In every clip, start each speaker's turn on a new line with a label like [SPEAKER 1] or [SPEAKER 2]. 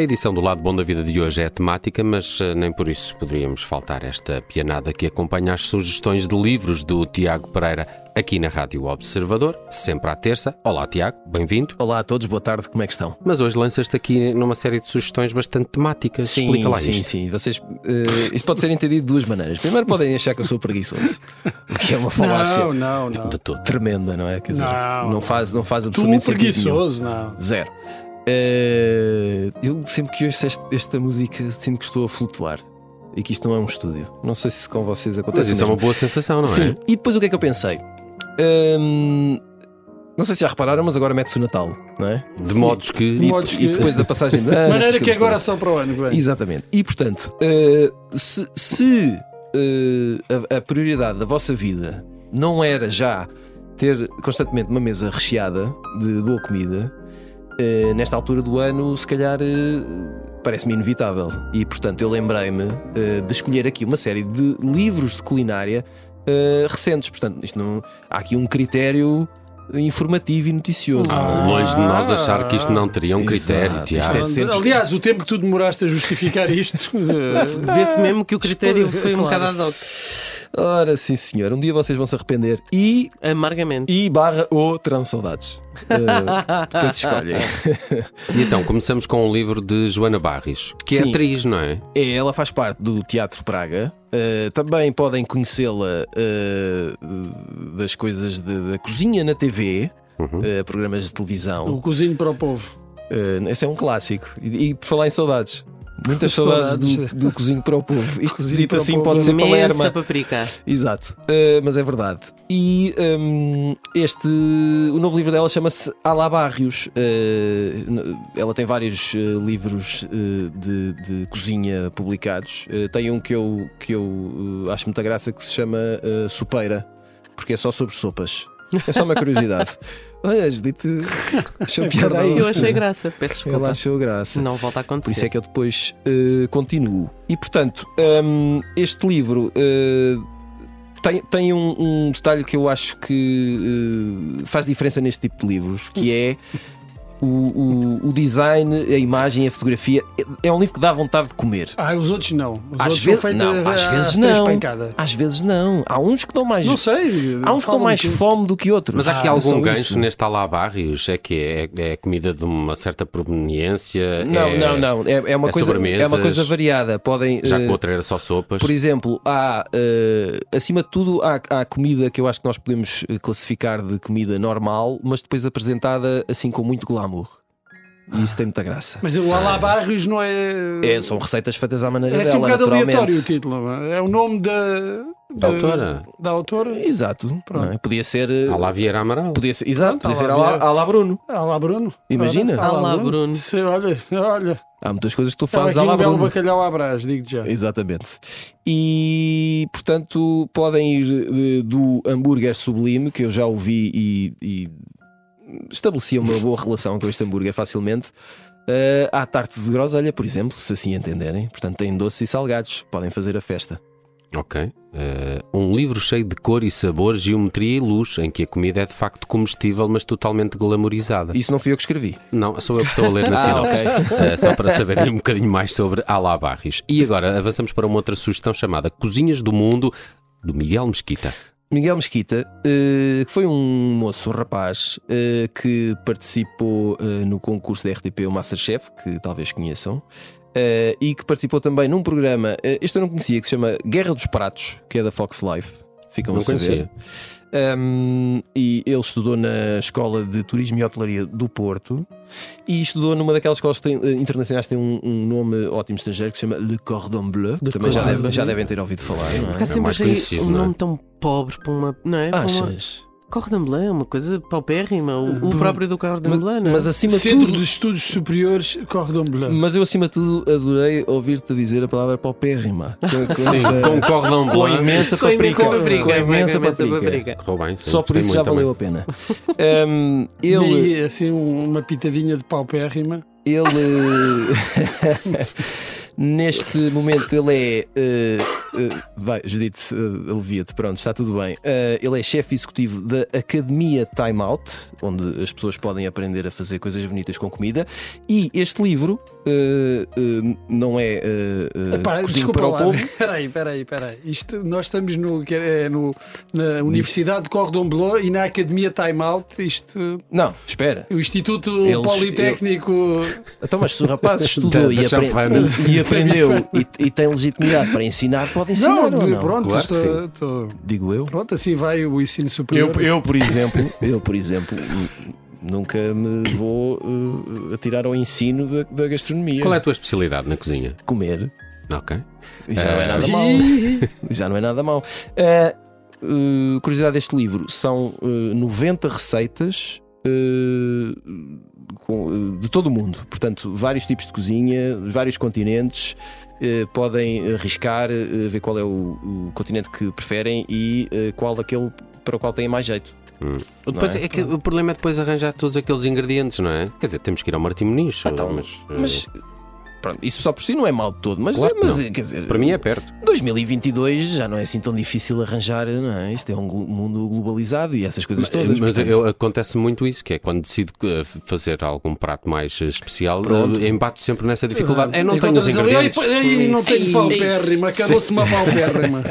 [SPEAKER 1] edição do Lado Bom da Vida de hoje é temática, mas eh, nem por isso poderíamos faltar esta pianada que acompanha as sugestões de livros do Tiago Pereira aqui na Rádio Observador, sempre à terça. Olá, Tiago, bem-vindo.
[SPEAKER 2] Olá a todos, boa tarde, como é que estão?
[SPEAKER 1] Mas hoje lanças-te aqui numa série de sugestões bastante temáticas. Explica lá
[SPEAKER 2] sim,
[SPEAKER 1] isto.
[SPEAKER 2] sim. Vocês, eh, isto pode ser entendido de duas maneiras. Primeiro, podem achar que eu sou preguiçoso, o que é uma falácia
[SPEAKER 3] Não, não, não.
[SPEAKER 1] De todo.
[SPEAKER 2] tremenda, não é? Quer dizer,
[SPEAKER 3] Não.
[SPEAKER 2] faz, não faz
[SPEAKER 3] Tu
[SPEAKER 2] absolutamente sentido. nenhum.
[SPEAKER 3] preguiçoso, não.
[SPEAKER 2] Zero. Eh, eu sempre que ouço este- esta música sinto que estou a flutuar e que isto não é um estúdio. Não sei se com
[SPEAKER 1] Mas
[SPEAKER 2] vocês acontece
[SPEAKER 1] isso é
[SPEAKER 2] o mesmo.
[SPEAKER 1] uma boa sensação, não
[SPEAKER 2] Sim,
[SPEAKER 1] é?
[SPEAKER 2] e depois o que é que eu pensei? Hum, não sei se já repararam, mas agora mete-se o Natal, não é?
[SPEAKER 1] De modos que.
[SPEAKER 2] E,
[SPEAKER 3] Modos
[SPEAKER 2] e
[SPEAKER 3] que-
[SPEAKER 2] depois a passagem de ano. essas
[SPEAKER 3] Maneira que
[SPEAKER 2] coisas
[SPEAKER 3] agora
[SPEAKER 2] todas.
[SPEAKER 3] só para o ano, Glenn.
[SPEAKER 2] Exatamente. E portanto, uh, se, se, uh, a, a prioridade da vossa vida não era já ter constantemente uma mesa recheada de boa comida, uh, nesta altura do ano, se calhar. uh, Parece-me inevitável. E, portanto, eu lembrei-me uh, de escolher aqui uma série de livros de culinária uh, recentes. Portanto, isto não... há aqui um critério informativo e noticioso.
[SPEAKER 3] Ah,
[SPEAKER 2] não é?
[SPEAKER 1] Longe de nós achar que isto não teria um critério,
[SPEAKER 2] Exato, isto
[SPEAKER 1] Tiago.
[SPEAKER 2] é sempre-
[SPEAKER 3] Aliás, o tempo que tu demoraste a justificar isto. eh,
[SPEAKER 4] Vê-se mesmo que o critério
[SPEAKER 3] Expo-
[SPEAKER 4] foi um
[SPEAKER 3] claro.
[SPEAKER 4] bocado ad hoc.
[SPEAKER 2] Ora, sim, senhor. Um dia vocês vão se arrepender. E
[SPEAKER 4] Amargamente.
[SPEAKER 2] e barra ou terão saudades. Uh, depois escolhem.
[SPEAKER 1] E então, começamos com um livro de Joana Barris, que é
[SPEAKER 2] Sim.
[SPEAKER 1] atriz, não é?
[SPEAKER 2] É, ela faz parte do Teatro Praga. Uh, também podem conhecê-la uh, das coisas de- da cozinha na TV, uh, programas de televisão.
[SPEAKER 3] O cozinho para o povo.
[SPEAKER 2] Uh, esse é um clássico. E, e por falar em saudades. Muitas
[SPEAKER 3] Saudades.
[SPEAKER 2] saudades do, do cozinho para o povo. Isto
[SPEAKER 3] Cozinho
[SPEAKER 2] dito
[SPEAKER 3] para o
[SPEAKER 2] assim
[SPEAKER 3] povo.
[SPEAKER 2] pode ser Palerma.
[SPEAKER 4] Imensa paprika.
[SPEAKER 2] Exato, Uh, mas é verdade. E um, este, o novo livro dela chama-se Alá Barrios. Uh, n- ela tem vários uh, livros uh, de, de cozinha publicados. Uh, tem um que eu, que eu uh, acho muita graça que se chama uh, Sopeira, porque é só sobre sopas. É só uma curiosidade. Olha, Judite, achou piada a
[SPEAKER 4] Eu
[SPEAKER 2] isto.
[SPEAKER 4] achei graça. Peço
[SPEAKER 2] Ela
[SPEAKER 4] desculpa.
[SPEAKER 2] achou graça.
[SPEAKER 4] Não volta a
[SPEAKER 2] Por isso
[SPEAKER 4] acontecer.
[SPEAKER 2] é que eu depois eh, continuo. E portanto, hum, este livro eh, tem, tem um, um detalhe que eu acho que eh, faz diferença neste tipo de livros, que é o, o- o design, a imagem, a fotografia. É um livro que dá vontade de comer.
[SPEAKER 3] Ah, os outros não. Os
[SPEAKER 2] Às
[SPEAKER 3] outros
[SPEAKER 2] vezes-
[SPEAKER 3] são feitos
[SPEAKER 2] não,
[SPEAKER 3] a-
[SPEAKER 2] às
[SPEAKER 3] a-
[SPEAKER 2] vezes
[SPEAKER 3] três
[SPEAKER 2] não.
[SPEAKER 3] pancada.
[SPEAKER 2] Às vezes não. Há uns que dão mais.
[SPEAKER 3] Não sei.
[SPEAKER 2] Há uns que dão
[SPEAKER 3] falam
[SPEAKER 2] mais
[SPEAKER 3] que-
[SPEAKER 2] fome do que outros.
[SPEAKER 1] Mas há aqui
[SPEAKER 2] Ah,
[SPEAKER 1] algum
[SPEAKER 2] são
[SPEAKER 1] gancho né?
[SPEAKER 2] isso.
[SPEAKER 1] neste Alá Barrios? É que é, é comida de uma certa proveniência?
[SPEAKER 2] Não,
[SPEAKER 1] É-
[SPEAKER 2] não, não. É, é uma
[SPEAKER 1] é
[SPEAKER 2] coisa, é uma
[SPEAKER 1] sobremesas.
[SPEAKER 2] coisa variada. Podem
[SPEAKER 1] Já
[SPEAKER 2] eh,
[SPEAKER 1] que o outro era só sopas.
[SPEAKER 2] Por exemplo, há, eh, acima de tudo, há, há comida que eu acho que nós podemos eh, classificar de comida normal, mas depois apresentada assim com muito glamour. E isso tem muita graça.
[SPEAKER 3] Mas o Alá Barrios não é.
[SPEAKER 2] É, são receitas feitas à maneira
[SPEAKER 3] É assim um
[SPEAKER 2] dela,
[SPEAKER 3] bocado
[SPEAKER 2] naturalmente.
[SPEAKER 3] aleatório o título. não é? É o nome da.
[SPEAKER 1] Da autora.
[SPEAKER 3] Da autora.
[SPEAKER 2] Exato.
[SPEAKER 3] Pronto.
[SPEAKER 2] não é? Podia ser. eh,
[SPEAKER 1] Alá Vieira Amaral.
[SPEAKER 2] Podia ser, exato,
[SPEAKER 3] Pronto,
[SPEAKER 2] podia ser
[SPEAKER 3] à
[SPEAKER 2] à
[SPEAKER 3] la-
[SPEAKER 2] la, à la Bruno.
[SPEAKER 3] Alá Bruno.
[SPEAKER 2] Imagina.
[SPEAKER 3] Ora, à la
[SPEAKER 4] Alá Ah Bruno.
[SPEAKER 3] Se- Olha, olha.
[SPEAKER 2] Há muitas coisas que tu
[SPEAKER 3] Faz
[SPEAKER 2] fazes à
[SPEAKER 3] aqui
[SPEAKER 2] la
[SPEAKER 3] um belo
[SPEAKER 2] Bruno.
[SPEAKER 3] bacalhau à brás, digo já.
[SPEAKER 2] Exatamente. E portanto podem ir eh, do hambúrguer sublime, que eu já ouvi e, e estabelecia uma boa relação com este hambúrguer facilmente. eh, à tarte de groselha, por exemplo, se assim entenderem. Portanto, tem doces e salgados, podem fazer a festa.
[SPEAKER 1] Ok. Eh, um livro cheio de cor e sabor, geometria e luz, em que a comida é de facto comestível, mas totalmente glamorizada.
[SPEAKER 2] Isso não fui eu que escrevi.
[SPEAKER 1] Não, sou eu que estou a ler na
[SPEAKER 2] Ah,
[SPEAKER 1] sinopse.
[SPEAKER 2] ok.
[SPEAKER 1] Eh, só para saberem um bocadinho mais sobre Alá Barrios. E agora avançamos para uma outra sugestão chamada Cozinhas do Mundo, do Miguel Mesquita.
[SPEAKER 2] Miguel Mesquita, eh, que foi um moço, um rapaz, eh, que participou eh, no concurso da RTP, o Masterchef, que talvez conheçam, eh, e que participou também num programa, eh, este eu não conhecia, que se chama Guerra dos Pratos, que é da Fox Life. Ficam
[SPEAKER 1] Não
[SPEAKER 2] a saber.
[SPEAKER 1] conhecia.
[SPEAKER 2] Um, e ele estudou na Escola de Turismo e Hotelaria do Porto e estudou numa daquelas escolas que tem, eh, internacionais que tem um, um nome ótimo estrangeiro que se chama Le Cordon Bleu, que também já,
[SPEAKER 4] Cordon
[SPEAKER 2] deve-
[SPEAKER 4] Bleu.
[SPEAKER 2] já devem ter ouvido falar, não
[SPEAKER 4] Por
[SPEAKER 2] é?
[SPEAKER 4] acaso
[SPEAKER 1] É
[SPEAKER 4] sempre
[SPEAKER 1] mais
[SPEAKER 4] achei
[SPEAKER 1] conhecido,
[SPEAKER 4] um
[SPEAKER 1] não é?
[SPEAKER 4] nome tão pobre para uma. Não é? Para uma...
[SPEAKER 2] Achas?
[SPEAKER 4] Cordon Bleu é uma coisa paupérrima. O,
[SPEAKER 2] Hum.
[SPEAKER 4] o próprio do Cordon Bleu, não é?
[SPEAKER 2] Mas acima de
[SPEAKER 3] Centro
[SPEAKER 2] tudo, Hum.
[SPEAKER 3] dos Estudos Superiores Cordon Bleu.
[SPEAKER 2] mas eu acima de tudo adorei ouvir-te dizer a palavra paupérrima. Com- com essa-
[SPEAKER 1] Com cordão
[SPEAKER 2] com
[SPEAKER 1] blanco.
[SPEAKER 2] imensa
[SPEAKER 4] Com imensa
[SPEAKER 2] paprika.
[SPEAKER 4] paprika,
[SPEAKER 2] Com
[SPEAKER 4] com
[SPEAKER 2] imensa
[SPEAKER 4] imensa
[SPEAKER 2] paprika.
[SPEAKER 4] paprika.
[SPEAKER 1] Correu bem, sim,
[SPEAKER 2] Só por
[SPEAKER 1] gostei
[SPEAKER 2] isso
[SPEAKER 1] muito
[SPEAKER 2] já
[SPEAKER 1] também.
[SPEAKER 2] valeu a pena. Um, ele.
[SPEAKER 3] E assim um- uma pitadinha de paupérrima.
[SPEAKER 2] Ele neste momento ele é eh, eh, vai, Judite, eh, alivia-te, pronto, está tudo bem. Eh, ele é chefe executivo da Academia Time Out, onde as pessoas podem aprender a fazer coisas bonitas com comida. E este livro eh, eh, não é. eh, eh,
[SPEAKER 3] Pá,
[SPEAKER 2] cozinho
[SPEAKER 3] desculpa
[SPEAKER 2] para o
[SPEAKER 3] lá,
[SPEAKER 2] povo.
[SPEAKER 3] peraí, peraí, peraí. Isto, nós estamos no, que é no- na Universidade de Cordon Bleu e na Academia Time Out, isto,
[SPEAKER 2] Não, espera.
[SPEAKER 3] o Instituto
[SPEAKER 2] Eles-
[SPEAKER 3] Politécnico.
[SPEAKER 2] Então, mas se o rapaz estudou
[SPEAKER 1] Da- da
[SPEAKER 2] e,
[SPEAKER 3] um
[SPEAKER 2] apre-
[SPEAKER 1] chanfana.
[SPEAKER 2] e- e aprendeu e, e tem legitimidade para ensinar, pode ensinar.
[SPEAKER 3] Não,
[SPEAKER 2] ou
[SPEAKER 3] de-
[SPEAKER 2] não?
[SPEAKER 3] pronto,
[SPEAKER 1] Claro que
[SPEAKER 3] estou, estou-
[SPEAKER 2] Digo eu.
[SPEAKER 3] pronto, assim vai o ensino
[SPEAKER 2] Eu,
[SPEAKER 3] superior.
[SPEAKER 2] eu, por exemplo, eu, por exemplo, n- nunca me vou eh, atirar ao ensino da, da gastronomia.
[SPEAKER 1] Qual é a tua especialidade na cozinha?
[SPEAKER 2] Comer.
[SPEAKER 1] Ok.
[SPEAKER 2] E já não é
[SPEAKER 1] Eh,
[SPEAKER 2] nada mau. E Já não é nada mau. Eh, eh, curiosidade deste livro: são eh, 90 receitas. eh, com- eh, de todo o mundo, portanto, vários tipos de cozinha, vários continentes, eh, podem arriscar, eh, ver qual é o, o continente que preferem e eh, qual daquele para o qual têm mais jeito.
[SPEAKER 1] Depois
[SPEAKER 2] Não é?
[SPEAKER 1] é que o problema é depois arranjar todos aqueles ingredientes, não é? Quer dizer, temos que ir ao Martim Muniz, mas, eh,
[SPEAKER 2] Mas pronto, isso só por si não é mau de todo, mas,
[SPEAKER 1] Claro que
[SPEAKER 2] mas
[SPEAKER 1] não.
[SPEAKER 2] quer dizer,
[SPEAKER 1] para mim é perto.
[SPEAKER 2] 2022 já não é assim tão difícil arranjar, não é? Isto é um glo- mundo globalizado e essas coisas
[SPEAKER 1] Mas,
[SPEAKER 2] todas.
[SPEAKER 1] mas
[SPEAKER 2] portanto,
[SPEAKER 1] eu- acontece muito isso, que é quando decido eh, fazer algum prato mais eh, especial,
[SPEAKER 2] Pronto.
[SPEAKER 1] eh, embato sempre nessa dificuldade. Eu não tenho os
[SPEAKER 3] Encontras ali,
[SPEAKER 1] ingredientes.
[SPEAKER 3] "Ai, pá, ai, não tenho
[SPEAKER 4] Sim.
[SPEAKER 3] paupérrima, acabou-se uma paupérrima.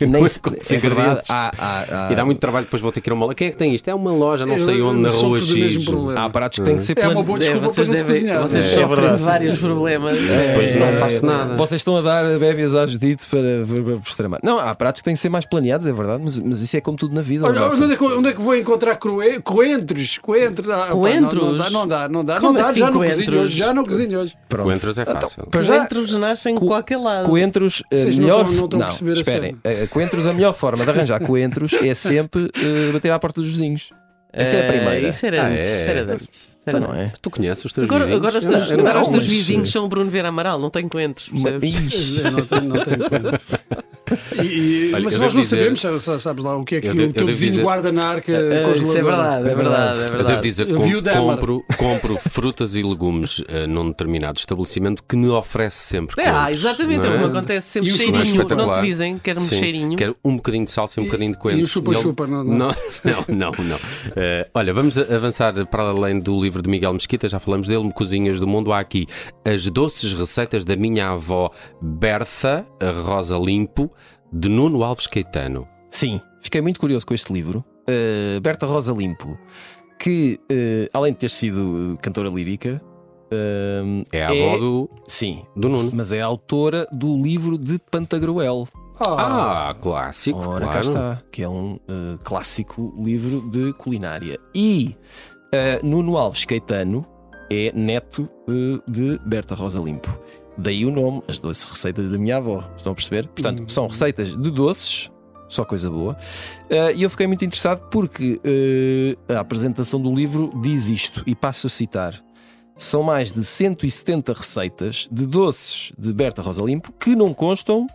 [SPEAKER 2] nem se-
[SPEAKER 1] com os
[SPEAKER 2] é verdade,
[SPEAKER 1] ingredientes.
[SPEAKER 2] há, há- há-
[SPEAKER 1] E dá muito trabalho, depois vou ter que ir a uma loja. Quem é que tem isto? É uma loja, não
[SPEAKER 3] Eu-
[SPEAKER 1] sei onde, na
[SPEAKER 3] eu
[SPEAKER 1] rua
[SPEAKER 3] sofro do mesmo
[SPEAKER 1] X.
[SPEAKER 3] problema.
[SPEAKER 2] há aparatos que têm que ser
[SPEAKER 3] É
[SPEAKER 2] plan-
[SPEAKER 3] uma boa desculpa para
[SPEAKER 4] vocês
[SPEAKER 3] não se
[SPEAKER 4] devem,
[SPEAKER 3] cozinhar.
[SPEAKER 4] vocês
[SPEAKER 1] É
[SPEAKER 4] sofrem
[SPEAKER 5] verdade.
[SPEAKER 4] de vários problemas.
[SPEAKER 2] É,
[SPEAKER 4] É,
[SPEAKER 1] Depois não faço nada.
[SPEAKER 2] Vocês estão a dar bébias à Judite para, para, para vos tramar. Não, há pratos que têm que ser mais planeados, é verdade, mas, mas isso é como tudo na vida.
[SPEAKER 3] Olha,
[SPEAKER 2] Lourenço.
[SPEAKER 3] onde é, que, onde é que vou encontrar croe- coentros? Coentros? Ah, pá, não-
[SPEAKER 4] Coentros?
[SPEAKER 3] Não, dá, não dá, não dá.
[SPEAKER 4] Como
[SPEAKER 3] não dá,
[SPEAKER 4] assim
[SPEAKER 3] já não
[SPEAKER 4] coentros?
[SPEAKER 3] cozinho hoje, já não cozinho hoje.
[SPEAKER 2] Pronto.
[SPEAKER 1] Coentros é fácil.
[SPEAKER 2] Para já,
[SPEAKER 4] Coentros nascem
[SPEAKER 2] Co-
[SPEAKER 4] de qualquer lado.
[SPEAKER 2] Coentros, a
[SPEAKER 3] Vocês não
[SPEAKER 2] eh, melhor.
[SPEAKER 3] estão- não estão a perceber a
[SPEAKER 2] esperem. A- coentros, a melhor forma de arranjar coentros é sempre eh, bater à porta dos vizinhos. Essa é a
[SPEAKER 4] Eh,
[SPEAKER 2] primeira.
[SPEAKER 4] Isso era
[SPEAKER 1] Ah,
[SPEAKER 4] antes.
[SPEAKER 1] é.
[SPEAKER 4] isso era antes. isso era
[SPEAKER 2] Então não
[SPEAKER 4] antes.
[SPEAKER 2] é?
[SPEAKER 1] Tu conheces os teus
[SPEAKER 4] Agora,
[SPEAKER 1] vizinhos?
[SPEAKER 4] agora os teus,
[SPEAKER 2] Não,
[SPEAKER 4] agora os teus
[SPEAKER 2] mas-
[SPEAKER 4] vizinhos são o Bruno Vieira Amaral, não tem coentros.
[SPEAKER 2] Uma-
[SPEAKER 4] percebes?
[SPEAKER 2] Ixi.
[SPEAKER 3] Eu não tenho, não tenho coentros. E- e-
[SPEAKER 1] Olha,
[SPEAKER 3] mas
[SPEAKER 1] eu
[SPEAKER 3] nós
[SPEAKER 1] devo
[SPEAKER 3] não
[SPEAKER 1] dizer-
[SPEAKER 3] sabemos, sa- sa- sabes lá, o que é que
[SPEAKER 1] Eu devo- eu
[SPEAKER 3] o teu
[SPEAKER 1] devo
[SPEAKER 3] vizinho
[SPEAKER 1] dizer-
[SPEAKER 3] guarda na arca
[SPEAKER 4] Eh, isso é
[SPEAKER 3] congeladora.
[SPEAKER 4] verdade, é verdade, é
[SPEAKER 1] Eu devo
[SPEAKER 4] verdade.
[SPEAKER 1] dizer,
[SPEAKER 3] Eu
[SPEAKER 1] com-
[SPEAKER 3] vi o Dahmer.
[SPEAKER 1] compro, compro frutas e legumes eh, num determinado estabelecimento que me oferece sempre
[SPEAKER 4] É, ah,
[SPEAKER 1] coentros,
[SPEAKER 4] exatamente,
[SPEAKER 1] não
[SPEAKER 4] é
[SPEAKER 1] é?
[SPEAKER 4] como acontece sempre
[SPEAKER 3] E o
[SPEAKER 1] chupa-
[SPEAKER 4] cheirinho, não
[SPEAKER 1] espetacular.
[SPEAKER 4] te dizem, quero-me
[SPEAKER 1] Sim,
[SPEAKER 4] cheirinho.
[SPEAKER 1] Quero um bocadinho de salsa e um bocadinho de coentro.
[SPEAKER 3] E o chupa-chupa, não, não.
[SPEAKER 1] Não, é? não, não. não. Eh, olha, vamos a- avançar para além do livro de Miguel Mesquita, já falamos dele, Cozinhas do Mundo. Há aqui as doces receitas da minha avó Bertha, a Rosa Limpo, de Nuno Alves Caetano.
[SPEAKER 2] Sim, fiquei muito curioso com este livro. Uh, Berta Rosa Limpo, que uh, além de ter sido uh, cantora lírica, um,
[SPEAKER 1] É a avó
[SPEAKER 2] É.
[SPEAKER 1] do,
[SPEAKER 2] sim,
[SPEAKER 1] do Nuno.
[SPEAKER 2] mas é autora do livro de Pantagruel.
[SPEAKER 1] Ah, clássico,
[SPEAKER 2] Ora, cá
[SPEAKER 1] claro.
[SPEAKER 2] está, que é um uh, clássico livro de culinária. E uh, Nuno Alves Caetano é neto uh, de Berta Rosa Limpo. Daí o nome, as doces receitas da minha avó. Estão a perceber? Portanto,
[SPEAKER 3] Hum.
[SPEAKER 2] são receitas de doces, só coisa boa. Uh, E eu fiquei muito interessado porque uh, a apresentação do livro diz isto, e passo a citar. São mais de 170 receitas de doces de Berta Rosa Limpo que não constam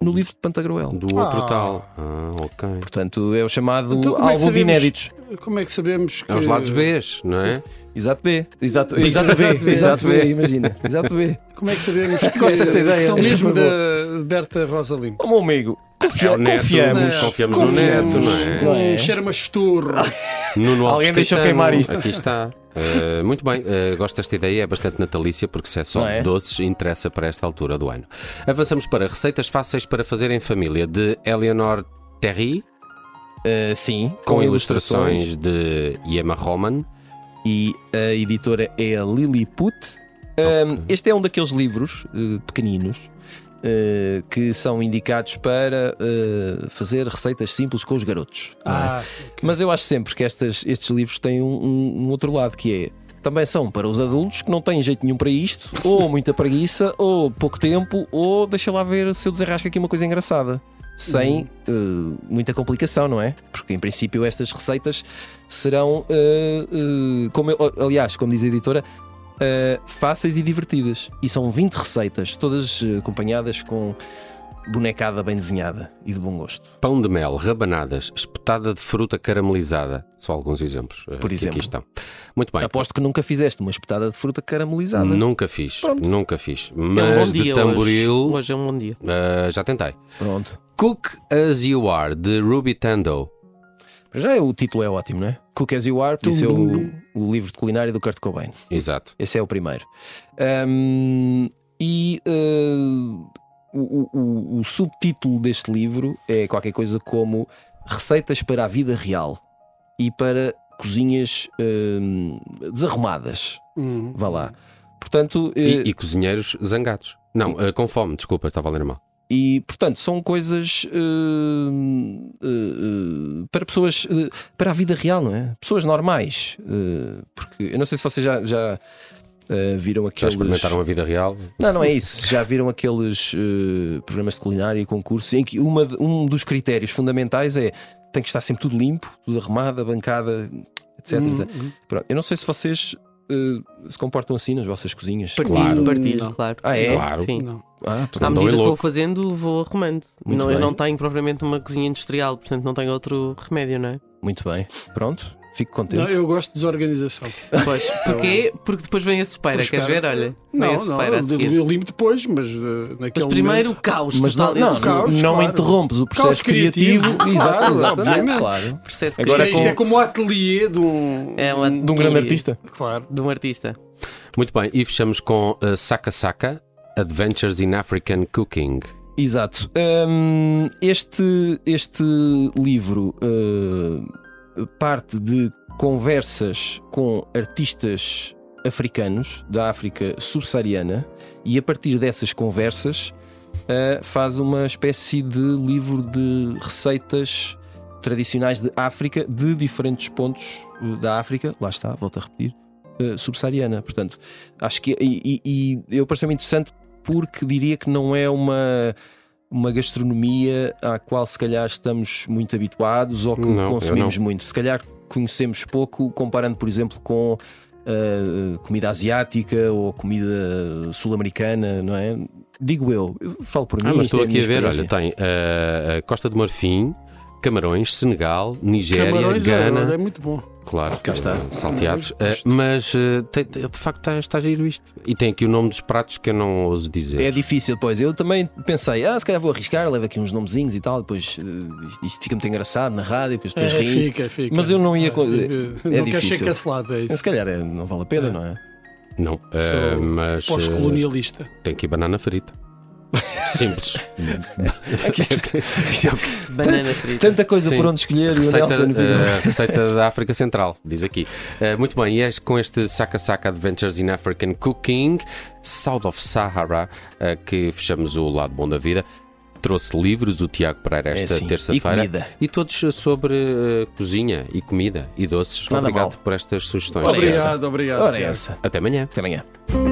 [SPEAKER 2] no livro de Pantagruel.
[SPEAKER 1] Do outro
[SPEAKER 3] Ah.
[SPEAKER 1] tal. Ah, ok.
[SPEAKER 2] Portanto, é o chamado
[SPEAKER 3] Então, como é que
[SPEAKER 2] álbum de
[SPEAKER 3] sabemos-
[SPEAKER 2] inéditos.
[SPEAKER 3] Como é que sabemos que.
[SPEAKER 1] É os lados Bs, não é?
[SPEAKER 2] Exato B. Exato,
[SPEAKER 3] Exato
[SPEAKER 2] exato,
[SPEAKER 3] B,
[SPEAKER 2] B. Exato,
[SPEAKER 3] exato
[SPEAKER 2] B.
[SPEAKER 3] B.
[SPEAKER 2] imagina. Exato B.
[SPEAKER 3] Como é que sabemos que,
[SPEAKER 2] Gosto desta ideia,
[SPEAKER 3] que
[SPEAKER 4] é
[SPEAKER 3] são
[SPEAKER 2] esta
[SPEAKER 3] mesmo
[SPEAKER 2] foi
[SPEAKER 3] da de Berta Rosa Limpo?
[SPEAKER 2] Ó meu amigo, confia-
[SPEAKER 1] É o neto,
[SPEAKER 2] confiamos.
[SPEAKER 1] né? Confiamos no neto, não é?
[SPEAKER 2] Não é?
[SPEAKER 3] Hum, Cheira-me a esturro.
[SPEAKER 1] Nuno Alves
[SPEAKER 2] Alguém deixou
[SPEAKER 1] Caetano,
[SPEAKER 2] queimar isto.
[SPEAKER 1] Aqui está. Uh, muito bem, uh, gosto desta ideia, é bastante natalícia, porque se é só
[SPEAKER 2] Não é?
[SPEAKER 1] doces, interessa para esta altura do ano. Avançamos para Receitas Fáceis para Fazer em Família, de Eleanor Terry,
[SPEAKER 2] Ah, sim,
[SPEAKER 1] com, ilustrações de Yema Roman.
[SPEAKER 2] e a editora é a Lilliput. Um, este é um daqueles livros eh, pequeninos eh, que são indicados para eh, fazer receitas simples com os garotos. não é?
[SPEAKER 3] Ah,
[SPEAKER 2] Mas eu acho sempre que estas- estes livros têm um, um- um outro lado que é. Também são para os adultos que não têm jeito nenhum para isto, ou muita preguiça, ou pouco tempo, ou deixa lá ver se eu desenrasco aqui uma coisa engraçada. Sem eh, muita complicação, não é? Porque em princípio estas receitas serão, eh, eh, como eu- aliás, como diz a editora, eh, fáceis e divertidas. E são 20 receitas, todas eh, acompanhadas com bonecada bem desenhada e de bom gosto.
[SPEAKER 1] Pão de mel, rabanadas, espetada de fruta caramelizada. Só alguns exemplos uh,
[SPEAKER 2] Por
[SPEAKER 1] que
[SPEAKER 2] exemplo.
[SPEAKER 1] aqui estão. Muito bem.
[SPEAKER 2] Aposto que nunca fizeste uma espetada de fruta caramelizada.
[SPEAKER 1] Nunca fiz,
[SPEAKER 2] Pronto.
[SPEAKER 1] nunca fiz.
[SPEAKER 4] É um
[SPEAKER 1] Mas
[SPEAKER 4] bom
[SPEAKER 1] de
[SPEAKER 4] dia
[SPEAKER 1] tamboril,
[SPEAKER 4] hoje. Hoje é um bom dia.
[SPEAKER 1] ah, já tentei.
[SPEAKER 2] Pronto.
[SPEAKER 1] Cook as You Are, de Ruby Tando.
[SPEAKER 2] Para já o título é ótimo, não é? Cook as You Are, isso é o, o livro de culinária do Kurt Cobain.
[SPEAKER 1] Exato.
[SPEAKER 2] Esse é o primeiro. Ahm, e ah, o, o- o subtítulo deste livro é qualquer coisa como Receitas para a Vida Real e para Cozinhas ahm, Desarrumadas.
[SPEAKER 3] Hum.
[SPEAKER 2] Vá lá. Portanto, eh,
[SPEAKER 1] E, e cozinheiros zangados. Não, ah, com fome, desculpa, estava a ler mal.
[SPEAKER 2] E, portanto, são coisas hum, hum, hum, para pessoas, hum, para a vida real, não é? Pessoas normais. hum, porque eu não sei se vocês já, já hum, viram
[SPEAKER 1] Já
[SPEAKER 2] aqueles.
[SPEAKER 1] experimentaram a vida real?
[SPEAKER 2] Não, não é isso. Já viram aqueles hum, programas de culinária e concursos em que uma, de- um dos critérios fundamentais é tem que estar sempre tudo limpo, tudo arrumado, a bancada, etc.
[SPEAKER 3] Hum,
[SPEAKER 2] etc.
[SPEAKER 3] hum.
[SPEAKER 2] Pronto, Eu não sei se vocês hum, se comportam assim nas vossas cozinhas.
[SPEAKER 4] Partilho,
[SPEAKER 1] Claro.
[SPEAKER 4] partilho,
[SPEAKER 3] Não.
[SPEAKER 4] claro.
[SPEAKER 2] Ah, é?
[SPEAKER 1] Claro.
[SPEAKER 4] Sim.
[SPEAKER 3] Não.
[SPEAKER 2] Ah,
[SPEAKER 4] À
[SPEAKER 1] Não
[SPEAKER 4] medida que
[SPEAKER 1] dou em
[SPEAKER 4] vou
[SPEAKER 1] louco.
[SPEAKER 4] fazendo, vou arrumando.
[SPEAKER 2] Muito
[SPEAKER 4] Não, eu
[SPEAKER 2] bem.
[SPEAKER 4] não tenho propriamente uma cozinha industrial, portanto não tenho outro remédio, não é?
[SPEAKER 2] muito bem. Pronto, fico contente.
[SPEAKER 3] Não, eu gosto de desorganização.
[SPEAKER 4] Pois, porquê? Porque depois vem a sopeira,
[SPEAKER 3] Pois,
[SPEAKER 4] queres ver?
[SPEAKER 3] espera.
[SPEAKER 4] Olha, vem
[SPEAKER 3] Não,
[SPEAKER 4] a
[SPEAKER 3] não,
[SPEAKER 4] sopeira a
[SPEAKER 3] eu,
[SPEAKER 4] seguir.
[SPEAKER 3] eu limpo depois, mas eh, naquele
[SPEAKER 4] Mas primeiro
[SPEAKER 3] momento-
[SPEAKER 4] o caos
[SPEAKER 2] Mas não,
[SPEAKER 4] total, é
[SPEAKER 2] não,
[SPEAKER 4] esse
[SPEAKER 3] caos,
[SPEAKER 2] não
[SPEAKER 3] claro.
[SPEAKER 2] interrompes o processo
[SPEAKER 3] Caos
[SPEAKER 2] criativo. Ah,
[SPEAKER 3] criativo.
[SPEAKER 2] Exato,
[SPEAKER 3] Claro,
[SPEAKER 2] exatamente,
[SPEAKER 3] obviamente.
[SPEAKER 2] claro.
[SPEAKER 4] processo
[SPEAKER 2] Agora
[SPEAKER 4] criativo
[SPEAKER 3] isto
[SPEAKER 2] com-
[SPEAKER 3] é como o ateliê de um.
[SPEAKER 4] É uma-
[SPEAKER 2] De um grande artista.
[SPEAKER 3] Claro.
[SPEAKER 4] de um artista.
[SPEAKER 1] Muito bem, e fechamos com ah, Saka Saka, Adventures in African Cooking.
[SPEAKER 2] Exato. Hum, este, este livro uh, parte de conversas com artistas africanos da África subsaariana e a partir dessas conversas uh, faz uma espécie de livro de receitas tradicionais de África de diferentes pontos uh, da África, lá está, volto a repetir, uh, subsaariana. Portanto, acho que e, e- e eu pareceu-me interessante porque diria que não é uma uma gastronomia à qual se calhar estamos muito habituados ou que
[SPEAKER 1] Não, eu
[SPEAKER 2] consumimos muito. Se calhar conhecemos pouco comparando, por exemplo, com ah, comida asiática ou comida sul-americana, não é? Digo eu, eu falo por mim.
[SPEAKER 1] Ah, mas
[SPEAKER 2] isto
[SPEAKER 1] estou
[SPEAKER 2] é
[SPEAKER 1] aqui a
[SPEAKER 2] minha
[SPEAKER 1] ver, olha,
[SPEAKER 2] experiência.
[SPEAKER 1] tem ah, a Costa do Marfim, Camarões, Senegal, Nigéria,
[SPEAKER 3] Camarões é,
[SPEAKER 1] Gana.
[SPEAKER 3] olha, é muito bom. É,
[SPEAKER 1] Claro,
[SPEAKER 2] Cá está.
[SPEAKER 1] salteados. Eh, mas eh, tem- tem- de facto está, está giro isto. E tem aqui o nome dos pratos que eu não ouso dizer.
[SPEAKER 2] É difícil, depois Eu também pensei, ah, se calhar vou arriscar, levo aqui uns nomezinhos e tal, depois eh, isto fica muito engraçado na rádio, depois depois
[SPEAKER 3] É,
[SPEAKER 2] riem.
[SPEAKER 3] fica, fica.
[SPEAKER 2] Mas eu não ia co-
[SPEAKER 3] É,
[SPEAKER 2] é
[SPEAKER 3] não quero ser
[SPEAKER 2] difícil.
[SPEAKER 3] cancelado, é
[SPEAKER 2] Se
[SPEAKER 3] isso.
[SPEAKER 2] calhar eh, não vale a pena, não é?
[SPEAKER 1] Não, eh,
[SPEAKER 3] Sou
[SPEAKER 1] mas eh,
[SPEAKER 3] Pós-colonialista.
[SPEAKER 1] tem aqui banana frita. Simples.
[SPEAKER 4] Banana frita.
[SPEAKER 2] Tanta coisa
[SPEAKER 1] É Sim.
[SPEAKER 2] por onde escolher e o
[SPEAKER 1] receita,
[SPEAKER 2] Nelson virou.
[SPEAKER 1] eh, receita da África Central, diz aqui. Eh, muito bem, e é com este Saka Saka Adventures in African Cooking, South of Sahara, eh, que fechamos o lado bom da vida. Trouxe livros, o Tiago Pereira,
[SPEAKER 2] É
[SPEAKER 1] esta
[SPEAKER 2] assim, e
[SPEAKER 1] terça-feira.
[SPEAKER 2] comida.
[SPEAKER 1] E todos sobre eh, cozinha e comida e doces.
[SPEAKER 2] Nada
[SPEAKER 1] Obrigado
[SPEAKER 2] mal.
[SPEAKER 1] por estas sugestões.
[SPEAKER 2] Ora
[SPEAKER 1] Tiago.
[SPEAKER 2] essa.
[SPEAKER 3] Obrigado, obrigado.
[SPEAKER 2] é. Ora é assim. essa.
[SPEAKER 3] Tiago.
[SPEAKER 1] Até amanhã.
[SPEAKER 2] Até amanhã.